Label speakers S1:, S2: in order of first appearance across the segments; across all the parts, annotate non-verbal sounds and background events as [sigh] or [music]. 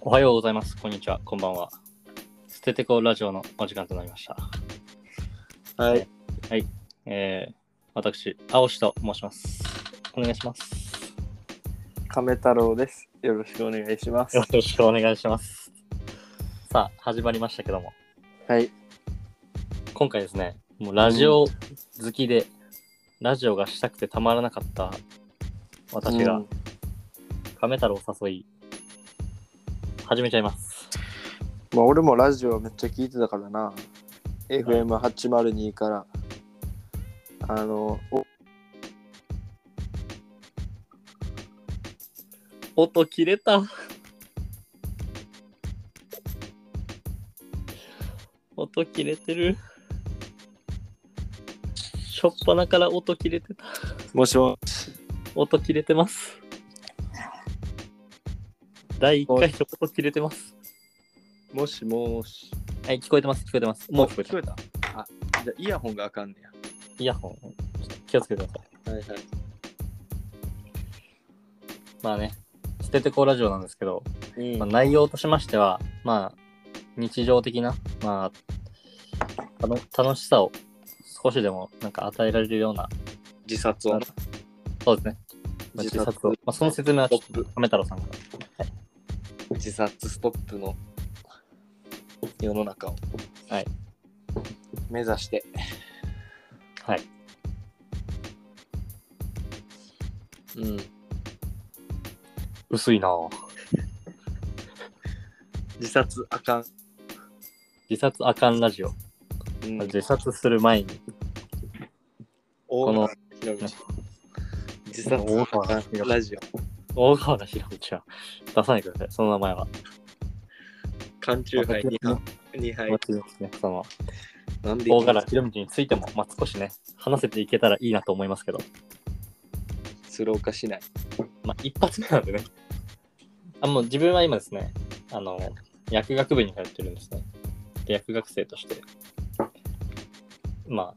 S1: おはようございます。こんにちは。こんばんは。捨ててこラジオのお時間となりました。
S2: はい。
S1: えー、私、青志と申します。お願いします。
S2: 亀太郎です。よろしくお願いします
S1: よ。ろしくお願いします。さあ、始まりましたけども、
S2: はい。
S1: 今回ですね、もうラジオ好きで、ラジオがしたくてたまらなかった私
S2: う
S1: が
S2: ん、
S1: 亀太郎を誘い、始めちゃいます。
S2: まあ、俺もラジオめっちゃ聞いてたからな。FM802 から、あの、お
S1: 音切れた。音切れてる。しょっぱなから音切れてた。
S2: もしも
S1: 音切れてます。第1回の音切れてます。
S2: もしもし。
S1: はい、聞こえてます、聞こえてます。もう聞こえて
S2: たあ、じゃあイヤホンがあかんね
S1: イヤホン、ちょっと気をつけてください。
S2: や。はいはい。
S1: まあね、捨ててこうラジオなんですけど、
S2: うん
S1: まあ、内容としましては、まあ、日常的な、まあ、あの楽しさを少しでもなんか与えられるような、
S2: 自殺
S1: をなそうですね、まあ、自殺を、まあ、その説明はちょっと亀太郎さんが。
S2: 自殺ストップの世の中を。
S1: はい。
S2: 目指して。
S1: はい。
S2: うん。
S1: 薄いなぁ
S2: 自殺あかん。
S1: 自殺あかんラジオ。
S2: うん
S1: 自殺する前に。
S2: こ
S1: の
S2: 自
S1: 殺
S2: 殺ラジオ
S1: 大河原ひろみちゃん。出さないでください、その名前は。
S2: 缶中杯2杯二杯
S1: もちろんですね、その
S2: なんで
S1: 大河原ひろみちゃんについても、まあ、少しね、話せていけたらいいなと思いますけど、
S2: 鶴岡市内
S1: まあ、一発目なんでね。あ、もう自分は今ですね、あの、薬学部に通ってるんですね。で、薬学生として、まあ、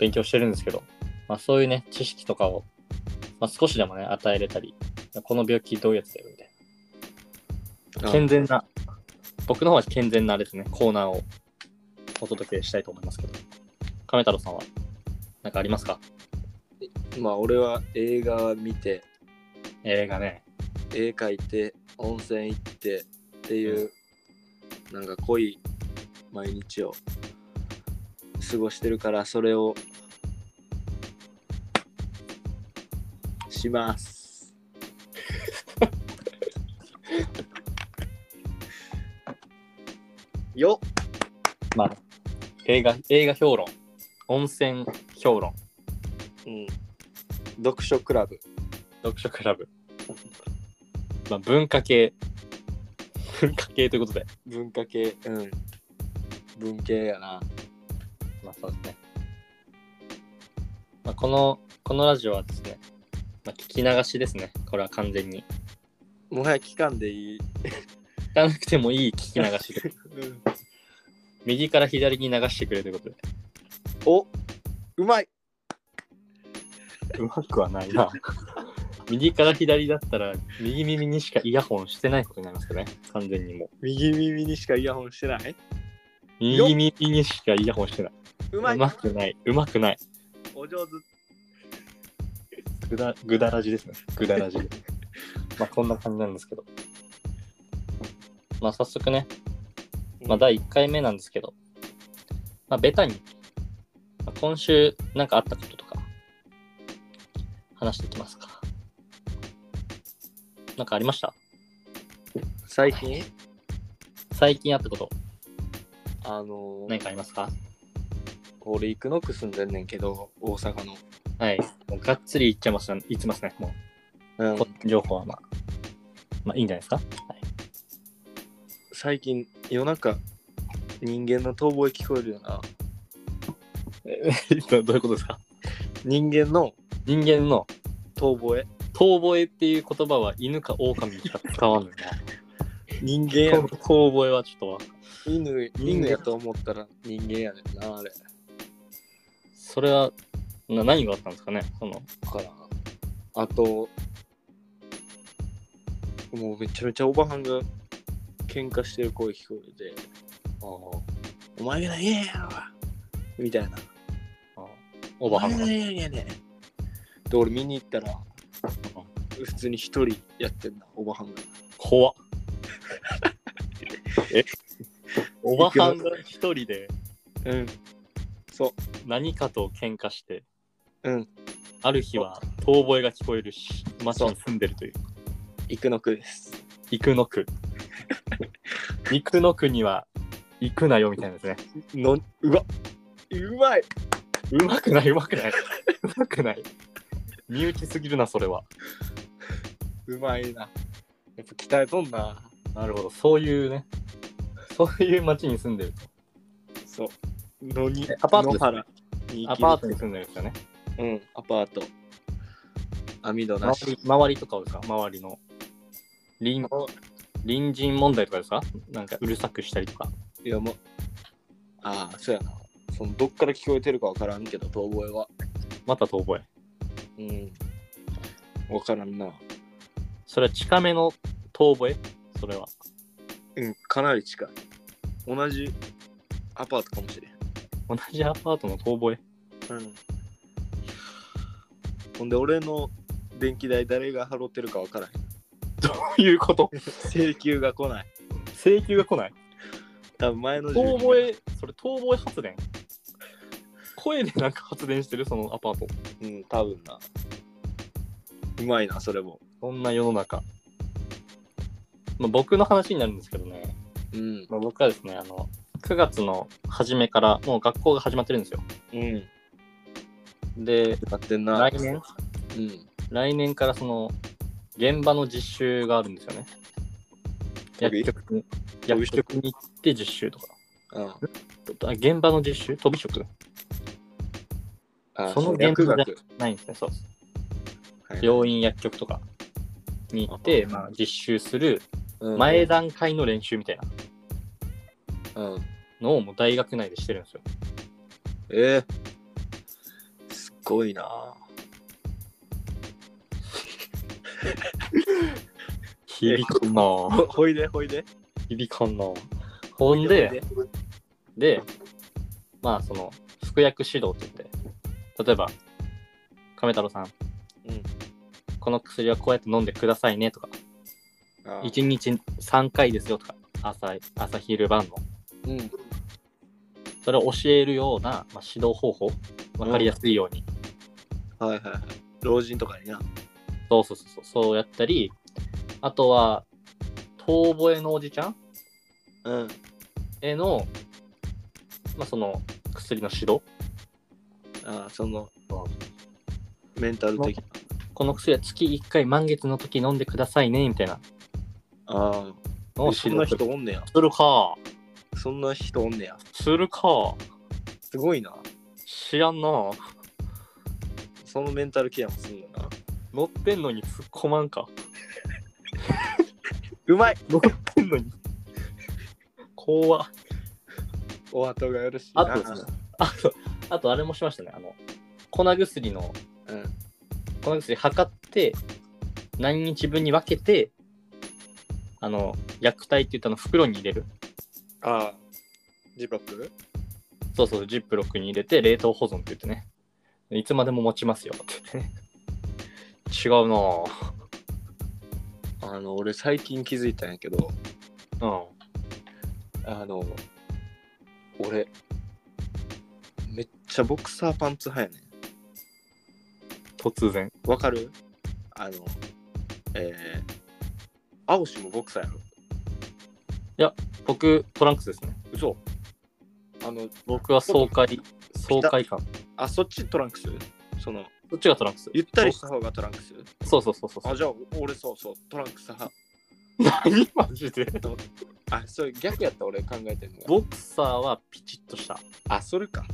S1: 勉強してるんですけど、まあ、そういうね、知識とかを、まあ、少しでもね、与えれたり、この病気どういうやつだよみたいな。健全な、僕の方は健全なあれですね、コーナーをお届けしたいと思いますけど、亀太郎さんは、なんかありますか
S2: まあ俺は映画見て
S1: 映画ね。
S2: 絵描いて温泉行ってっていう、なんか濃い毎日を過ごしてるからそれをします [laughs] よっ
S1: まあ、映画、映画評論、温泉評論、
S2: うん、読書クラブ
S1: 読書クラブ。まあ、文化系。文化系ということで。
S2: 文化系うん文系やな
S1: まあ、そうですね。まあ、この、このラジオはですね、まあ、聞き流しですね。これは完全に。
S2: もはや期間でいい、
S1: 聞かなくてもいい聞き流し [laughs] で。右から左に流してくれということで。
S2: おうまいう
S1: まくはないな。 [laughs] 右から左だったら、右耳にしかイヤホンしてないことになりますよね。完全にもう。
S2: 右耳にしかイヤホンしてないよっ
S1: 右耳にしかイヤホンしてない。
S2: う
S1: う
S2: まい
S1: まくない。うまくない。
S2: お上手
S1: ぐだぐだらじですね。ぐだらじ。 [laughs] まあこんな感じなんですけど。まあ早速ね、まあ、第1回目なんですけど、まあベタに、まあ今週なんかあったこととか、話していきますか。なんかありました
S2: 最近
S1: 最近あったこと、
S2: あのー
S1: 何かありますか
S2: 俺行くのく住んでんねんけど大阪の
S1: はい。もうがっつりいっちゃいますね。いってますね。も
S2: う
S1: う、
S2: ん
S1: 個人情報はまあ、まあいいんじゃないですか。
S2: 最近夜中人間の遠吠え聞こえるよな
S1: [laughs] どどういうことですか
S2: 人間の
S1: 人間の
S2: 遠吠え
S1: 遠吠えっていう言葉は犬か狼にしか使わんのよ
S2: 人間
S1: な。
S2: や
S1: 遠吠えはちょっとわ
S2: 犬
S1: 間
S2: 犬やと思ったら人間やねんなあれ
S1: それはな何があったんですかねその
S2: からあともうめちゃめちゃおばはんが喧嘩してる声聞こえて
S1: あー
S2: 「お前が何やねんやろ!」みたいな
S1: あー
S2: 「
S1: オー
S2: お
S1: バーハ
S2: 前
S1: ン
S2: が
S1: ド。
S2: 何やねんやねん!」で俺見に行ったら普通に一人やってんなおばはんが
S1: 怖っ。えおばはんが一人で
S2: うんそ
S1: 何かと喧嘩して、
S2: ううん
S1: ある日は遠吠えが聞こえるし、町に住んでるという。
S2: 生野区です
S1: 生野 [laughs] 区。生野区には行くなよみたいなですね。
S2: のうわうまいう
S1: まくない、うまくない。うまくない。身内すぎるな、それは。
S2: うまいなやっぱ鍛えとんな
S1: なるほど、そういうね、そういう町に住んでると。
S2: そうのに
S1: えアパート
S2: 野
S1: です
S2: 原に生
S1: ア
S2: きる
S1: パートに住んでるんですよね。
S2: うんアパート網戸な
S1: 周り
S2: し
S1: 周りとかですか周りの。隣隣人問題とかですかなんかうるさくしたりとか。
S2: いやもうああそうやなそのどっから聞こえてるかわからんけど遠吠えは
S1: また遠吠え。
S2: うんわからんな
S1: それは近めの遠吠えそれは。
S2: うんかなり近い同じアパートかもしれん
S1: 同じアパートの遠吠え。
S2: うんほんで俺の電気代誰が払ってるかわからん
S1: ということ。
S2: 請求が来ない
S1: 請求が来ない。
S2: 多分前の
S1: 遠
S2: 住人
S1: 吠え、それ遠吠え発電声でなんか発電してるそのアパート。
S2: うん、多分な。うまいな、それも。
S1: そんな世の中。まあ、僕の話になるんですけどね、
S2: うん。
S1: まあ、僕はですね、あの、9月の初めから、もう学校が始まってるんですよ。
S2: うん。
S1: で、
S2: やってんな。
S1: 来年
S2: うん。
S1: 来年からその、現場の実習があるんですよね。
S2: 飛
S1: 薬
S2: び
S1: 局に、
S2: 飛び
S1: 薬
S2: 職
S1: 局に行って実習とか。
S2: あ
S1: あ現場の実習飛び職
S2: あ
S1: その
S2: 薬
S1: 現場
S2: 学。
S1: ないんですね、そうです。
S2: はい
S1: 病院薬局とかに行って、
S2: あ
S1: まあ、実習する
S2: うん
S1: 前段階の練習みたいな
S2: うん。
S1: のをもう大学内でしてるんですよ。
S2: えー、すっごいな。
S1: 響くなぁ
S2: ほほいで、ほいで。
S1: 響かんなぁほんで、で、まあその、服薬指導って言って、例えば、亀太郎さん、
S2: うん
S1: この薬はこうやって飲んでくださいねとか、
S2: あ
S1: 1日3回ですよとか、朝、朝昼晩の。
S2: うん。
S1: それを教えるような、まあ、指導方法、わかりやすいように、
S2: はいはいはい。老人とかにな。
S1: そうそうそうそう、そうやったり、あとは、遠吠えのおじちゃん
S2: うん。
S1: への、まあ、その、薬の指導。
S2: ああ、その、メンタル的な。
S1: この薬は月1回満月の時飲んでくださいね、みたいな
S2: あ
S1: のを
S2: あ。
S1: 指
S2: そんな
S1: 導す
S2: 人
S1: る。
S2: おんねや。
S1: するか。
S2: そんな人おんねや。
S1: するか。
S2: すごいな。
S1: 知らんな。
S2: そのメンタルケアもするよな。
S1: 乗ってんのに突っ込まんか。
S2: うまい
S1: 乗ってんのに。怖っ
S2: お後がよろしいな。
S1: あとですね、あと、あとあれもしましたね。あの、粉薬の、
S2: うん。
S1: 粉薬測って、何日分に分けて、あの、薬体って言ったの袋に入れる。
S2: ああ、ジップロック
S1: そうそう、ジップロックに入れて冷凍保存って言ってね。いつまでも持ちますよって言ってね。違うなぁ。
S2: あの、俺最近気づいたんやけど、
S1: うん。
S2: あの、俺、めっちゃボクサーパンツ派やね
S1: 突然。
S2: ん。わかるあの、えー、青しもボクサーやろ。
S1: 僕、トランクスですね。
S2: 嘘あの、
S1: 僕は爽快、爽快感。
S2: あ、そっちトランクスその、
S1: そっちがトランクス。
S2: ゆったりした方がトランクス
S1: そうそうそうそうそ
S2: あ、
S1: う。
S2: じゃあ、俺そうそう、トランクス派。
S1: 何 [laughs] マジで
S2: あ、それ逆やった俺考えてんのが。
S1: ボクサーはピチッとした
S2: あ、それか。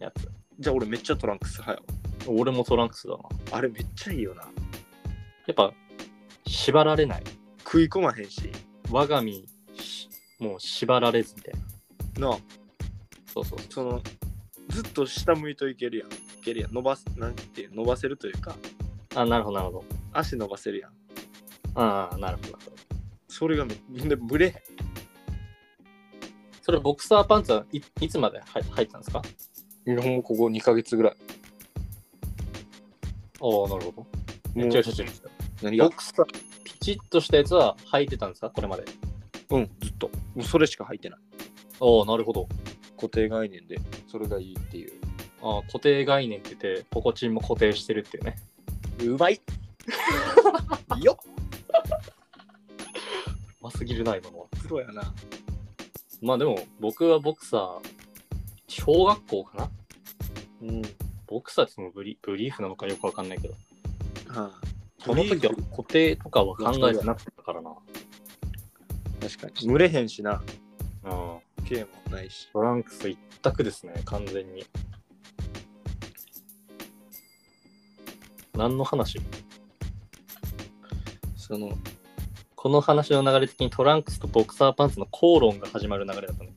S1: やつ。
S2: じゃあ俺めっちゃトランクス派や
S1: 俺もトランクスだな。
S2: わ。あれめっちゃいいよな。
S1: やっぱ、縛られない。
S2: 食い込まへんし。
S1: 我が身、しもう縛られずみたいな。
S2: なあ
S1: そうそうそう。
S2: そのずっと下向いといけるやんいけるやん伸ばすなんていう伸ばせるというか
S1: あ、なるほど、なるほど。
S2: 足伸ばせるやん
S1: ああ、なるほど。
S2: それがめほんでブレ
S1: それボクサーパンツはいいつまで入入ったんですか
S2: いやもうここ2ヶ月ぐらい。
S1: おおなるほど。
S2: もう
S1: 違う違う違う。
S2: 何
S1: ボ
S2: が
S1: クサー、ピチッとしたやつは履いてたんですかこれまで。
S2: うん、ずっと。もうそれしか入ってない。
S1: おおなるほど。
S2: 固定概念で、それがいいっていう。
S1: あー固定概念って言って、ポコチンも固定してるっていうね。
S2: うまい [laughs] よっ
S1: うますぎるな、今のは。
S2: プロやな。
S1: まあでも、僕はボクサー、小学校かな
S2: うん。
S1: ボクサーって言ってもブリブリーフなのかよくわかんないけど、
S2: は
S1: その時は固定とかは考えてなかったからな。
S2: あ、確かに。群れへんしな。
S1: うん。
S2: K もないし。
S1: トランクス一択ですね、完全に。何の話
S2: その、
S1: この話の流れ的にトランクスとボクサーパンツの口論が始まる流れだったの。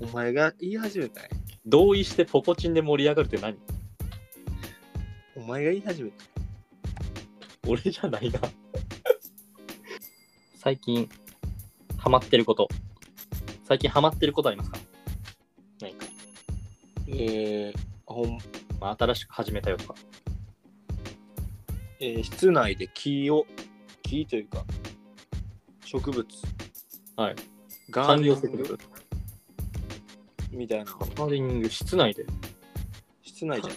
S2: お前が言い始めたね。
S1: 同意してポコチンで盛り上がるって何
S2: お前が言い始めた。
S1: 俺じゃないな。最近、ハマってること。最近ハマってることありますか何か、
S2: えー、ほん、
S1: まあ、新しく始めたよとか。
S2: えー室内で木を、木というか、植物。
S1: はい。
S2: ガー
S1: 完
S2: デ
S1: 了
S2: ニ
S1: す
S2: ング
S1: る。
S2: みたいなのを。
S1: ガーデニング、室内で
S2: 室内じゃん。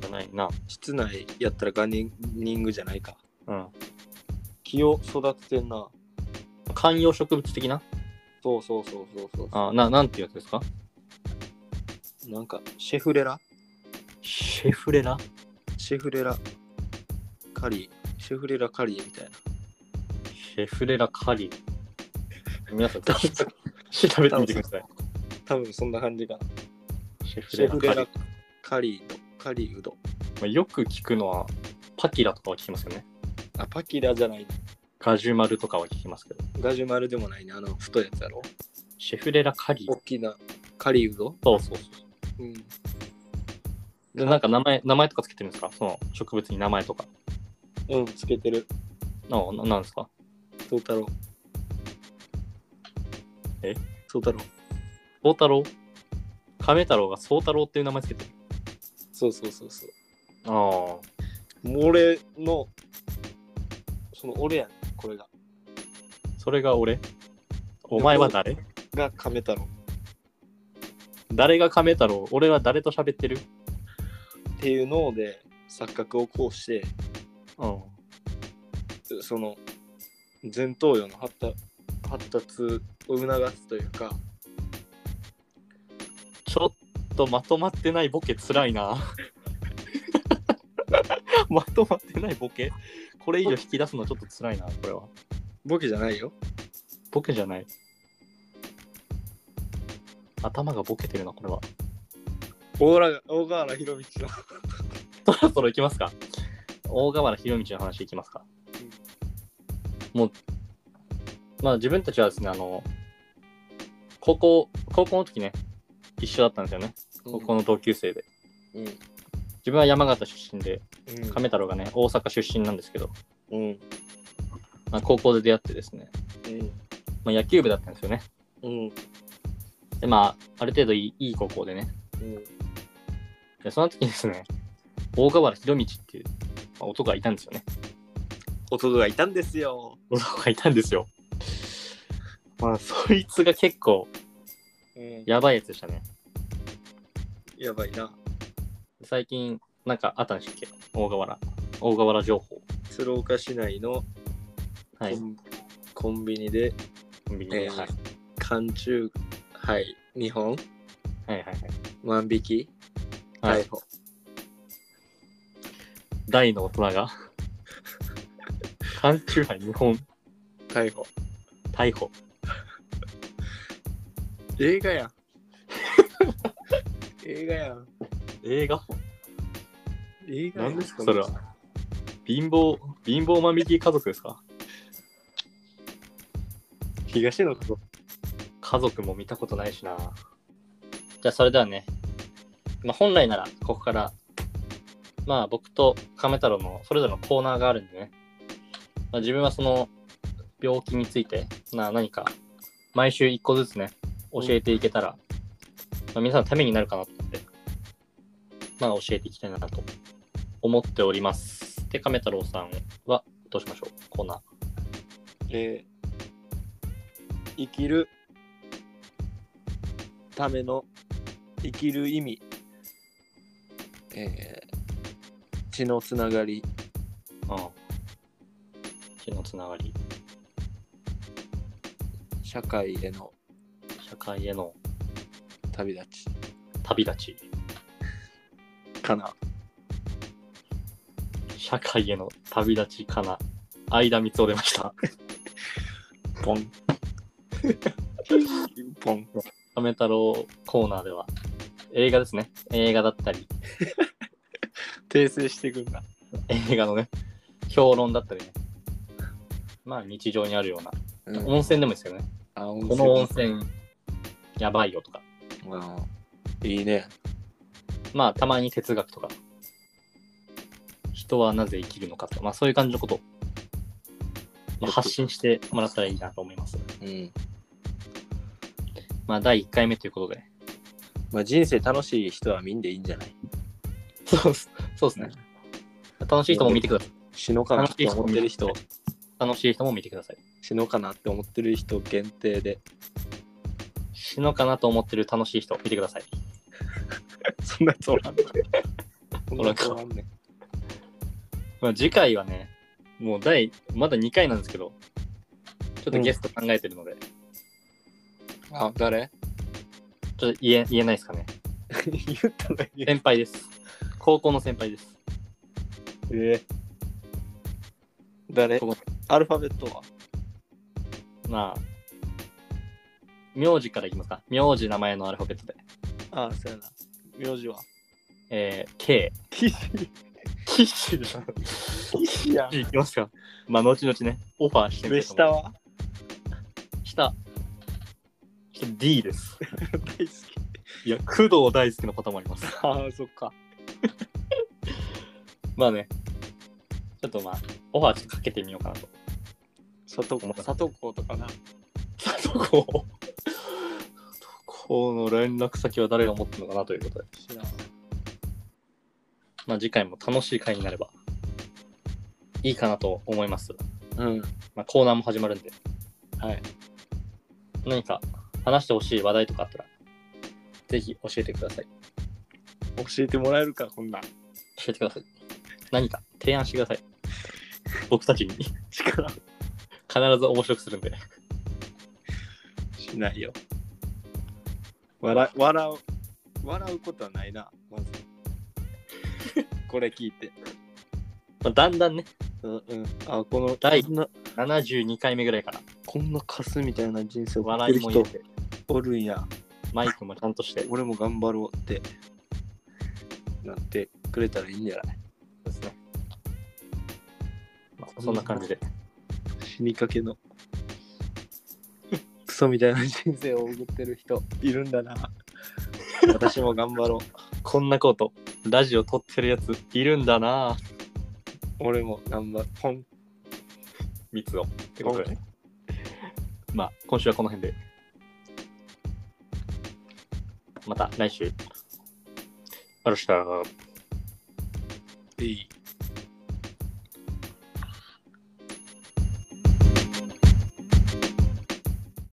S1: じゃないな。
S2: 室内やったらガーデニングじゃないか。
S1: うん。
S2: 木を育ててんな。
S1: 観葉植物的な
S2: そうそうそうそうそう
S1: あな、なんていうやつですか
S2: なんか、シェフレラ
S1: シェフレラ
S2: シェフレラカリー。シェフレラカリーみたいな。
S1: シェフレラカリー。皆さん、調べてみてください。
S2: 多分そんな感じかな。
S1: シェフ
S2: シ
S1: レラカリ
S2: ェフレ
S1: ー。
S2: ラカリード。カリーウド。
S1: まあ、よく聞くのは、パキラとかは聞きますよね。
S2: あ、パキラじゃない。
S1: ガジュマルとかは聞きますけど。
S2: ガジュマルでもないね。あの、太いやつやろ。
S1: シェフレラカリー
S2: 大。きなカリウド。
S1: そうそうそう。
S2: うん。
S1: で、なんか名前、名前とかつけてるんですかその植物に名前とか。
S2: うん、つけてる。
S1: な、ななんですか
S2: トータロ
S1: え
S2: トータロ
S1: ソウタロウ亀太郎がソウタロウっていう名前つけてる。
S2: そうそうそうそう。
S1: ああ。
S2: もう俺の、その俺やねこれが。
S1: それが俺お前は誰
S2: が亀太郎。
S1: 誰が亀太郎俺は誰と喋ってる
S2: っていう脳で錯覚をこうして
S1: うん。
S2: その前頭葉の発達発達を促すというか
S1: ちょっとまとまってないボケつらい [laughs] な。まとまってないボケこれ以上引き出すのちょっとつらいな、これは。
S2: ボケじゃないよ
S1: ボケじゃない。頭がボケてるな、これは。
S2: 大原大河原弘道の
S1: そろそろ行きますか。大河原弘道の話行きますか。もう、まあ自分たちはですね、あの、高校、高校の時ね、一緒だったんですよね。高校の同級生で。
S2: うん
S1: 自分は山形出身で、
S2: うん
S1: 亀太郎がね、大阪出身なんですけど、
S2: うん
S1: まあ、高校で出会ってですね、まあ、野球部だったんですよね。
S2: うん
S1: で、まあ、ある程度いいいい高校でね。
S2: うん
S1: で、その時にですね、大河原弘道っていう、まあ、男がいたんですよね。
S2: 弟がいたんですよ、
S1: 男がいたんですよ。まあ、そいつが結構、
S2: うん、や
S1: やばいやつでしたね。
S2: やばいな
S1: 最近、なんかあったんでしたっけ大河原。大河原情報。
S2: 鶴岡市内のコン,、
S1: はい。
S2: コンビニで
S1: コンビニ
S2: え
S1: で
S2: ー
S1: はい
S2: 缶中杯2本
S1: はいはい
S2: 万引き
S1: はい。は
S2: 逮
S1: い、
S2: 捕、
S1: 大の大人が、 [laughs] 缶中杯日本
S2: 逮捕
S1: 逮捕。
S2: 映
S1: [laughs]
S2: 画やん映画やん
S1: 映画
S2: 映画や
S1: 何ですかそれは。貧乏、貧乏万引き家族ですか
S2: 東野こと
S1: 家族も見たことないしな。じゃあ、それではね、まあ、本来なら、ここから、まあ、僕と亀太郎のそれぞれのコーナーがあるんでね、まあ、自分はその病気について、な何か、毎週一個ずつね、教えていけたら、まあ、皆さんのためになるかなと思って、まあ、教えていきたいなと思っております。で、亀太郎さんはどうしましょうコーナー。
S2: えー生きるための生きる意味、えー血のつながり
S1: うん。血のつながり、
S2: 社会への
S1: 社会への
S2: 旅立ち
S1: 旅立ち、
S2: かな
S1: 社会への旅立ちかな。相田光雄出ました。
S2: [laughs] ポン [laughs] ポン
S1: 亀太郎コーナーでは、映画ですね。映画だったり、
S2: 訂正していくんだ
S1: 映画のね、評論だったりね。まあ、日常にあるような。
S2: うん
S1: 温泉でもいいですよね。
S2: あ温
S1: この温泉、やばいよとか。
S2: あーいいね
S1: まあ、たまに哲学とか。人はなぜ生きるのかとか、まあ、そういう感じのことを、まあ発信してもらったらいいなと思います。
S2: うん
S1: まあ、第1回目ということで。
S2: まあ人生楽しい人は見んでいいんじゃない
S1: そうっすそうですね。楽しい人も見てください。
S2: 死のうかなっ
S1: 楽しい
S2: て
S1: 人
S2: 思
S1: も
S2: っ
S1: 見
S2: て
S1: て
S2: る
S1: 人
S2: 人、
S1: 楽しい人も見てください。
S2: 死のうかなって思ってる人限定で
S1: 死のうかなと思ってる楽しい人、見てください。
S2: そんなやつおらんね。そん
S1: なやつおら
S2: んね。
S1: まあ、次回はね、もう第、まだ2回なんですけど、ちょっとゲスト考えてるので、
S2: あ、誰
S1: ちょっと言え言えないですか [laughs] ね。
S2: [laughs] 言っただけ。
S1: 先輩です。高校の先輩です。
S2: え誰
S1: ここ
S2: アルファベットは
S1: まあ、名字からいきますか。名字名前のアルファベットで。
S2: あそうやな。名字は
S1: えー、K。
S2: 岸。
S1: キッシュじゃん。
S2: 岸や
S1: [laughs] いきますか。まあ、後々ね、オファーしてみ
S2: で、
S1: ると思
S2: 下
S1: う。
S2: は
S1: 下。下 D です。
S2: 大好き。
S1: いや、工藤大好きのパターンもあります。
S2: ああ、そっか。
S1: まあね、ちょっとまあ、オファーちょっとかけてみようかなと。
S2: 里
S1: 子
S2: 子。里子とかな。
S1: 佐藤子の連絡先は誰が持ってるのかなということで、
S2: 知らん。
S1: まあ、次回も楽しい回になればいいかなと思います。
S2: うん。
S1: まあ、コーナーも始まるんで、
S2: はい。
S1: 何か話してほしい話題とかあったら、ぜひ教えてください。
S2: 教えてもらえるか、こんなん。
S1: 教えてください。何か提案してください。僕たちに必
S2: 力
S1: ず面白くするんで。 [laughs]
S2: しないよ。笑う、笑う、笑うことはないな、ま [laughs] ず。これ聞いて。
S1: まあ、だんだんね、
S2: うんうん。あ、この、
S1: 第
S2: こんな、
S1: 72回目ぐらいから
S2: こんなカスみたいな人生を送っ
S1: 笑
S2: て
S1: い
S2: る
S1: も入れ
S2: 人
S1: て、
S2: おるんや。
S1: マイクもちゃんとして、
S2: 俺も頑張ろうって。なってくれたらいいんじゃない
S1: ですね。まあ、そんな感じで。
S2: 死にかけの。クソみたいな人生を送ってる人いるんだな。私も頑張ろう。
S1: こんなこと、ラジオ撮ってるやついるんだなぁ、
S2: 俺も頑張る。ポン。
S1: みつを。ってことで、まあ、今週はこの辺で。また来週。あらした。
S2: いい。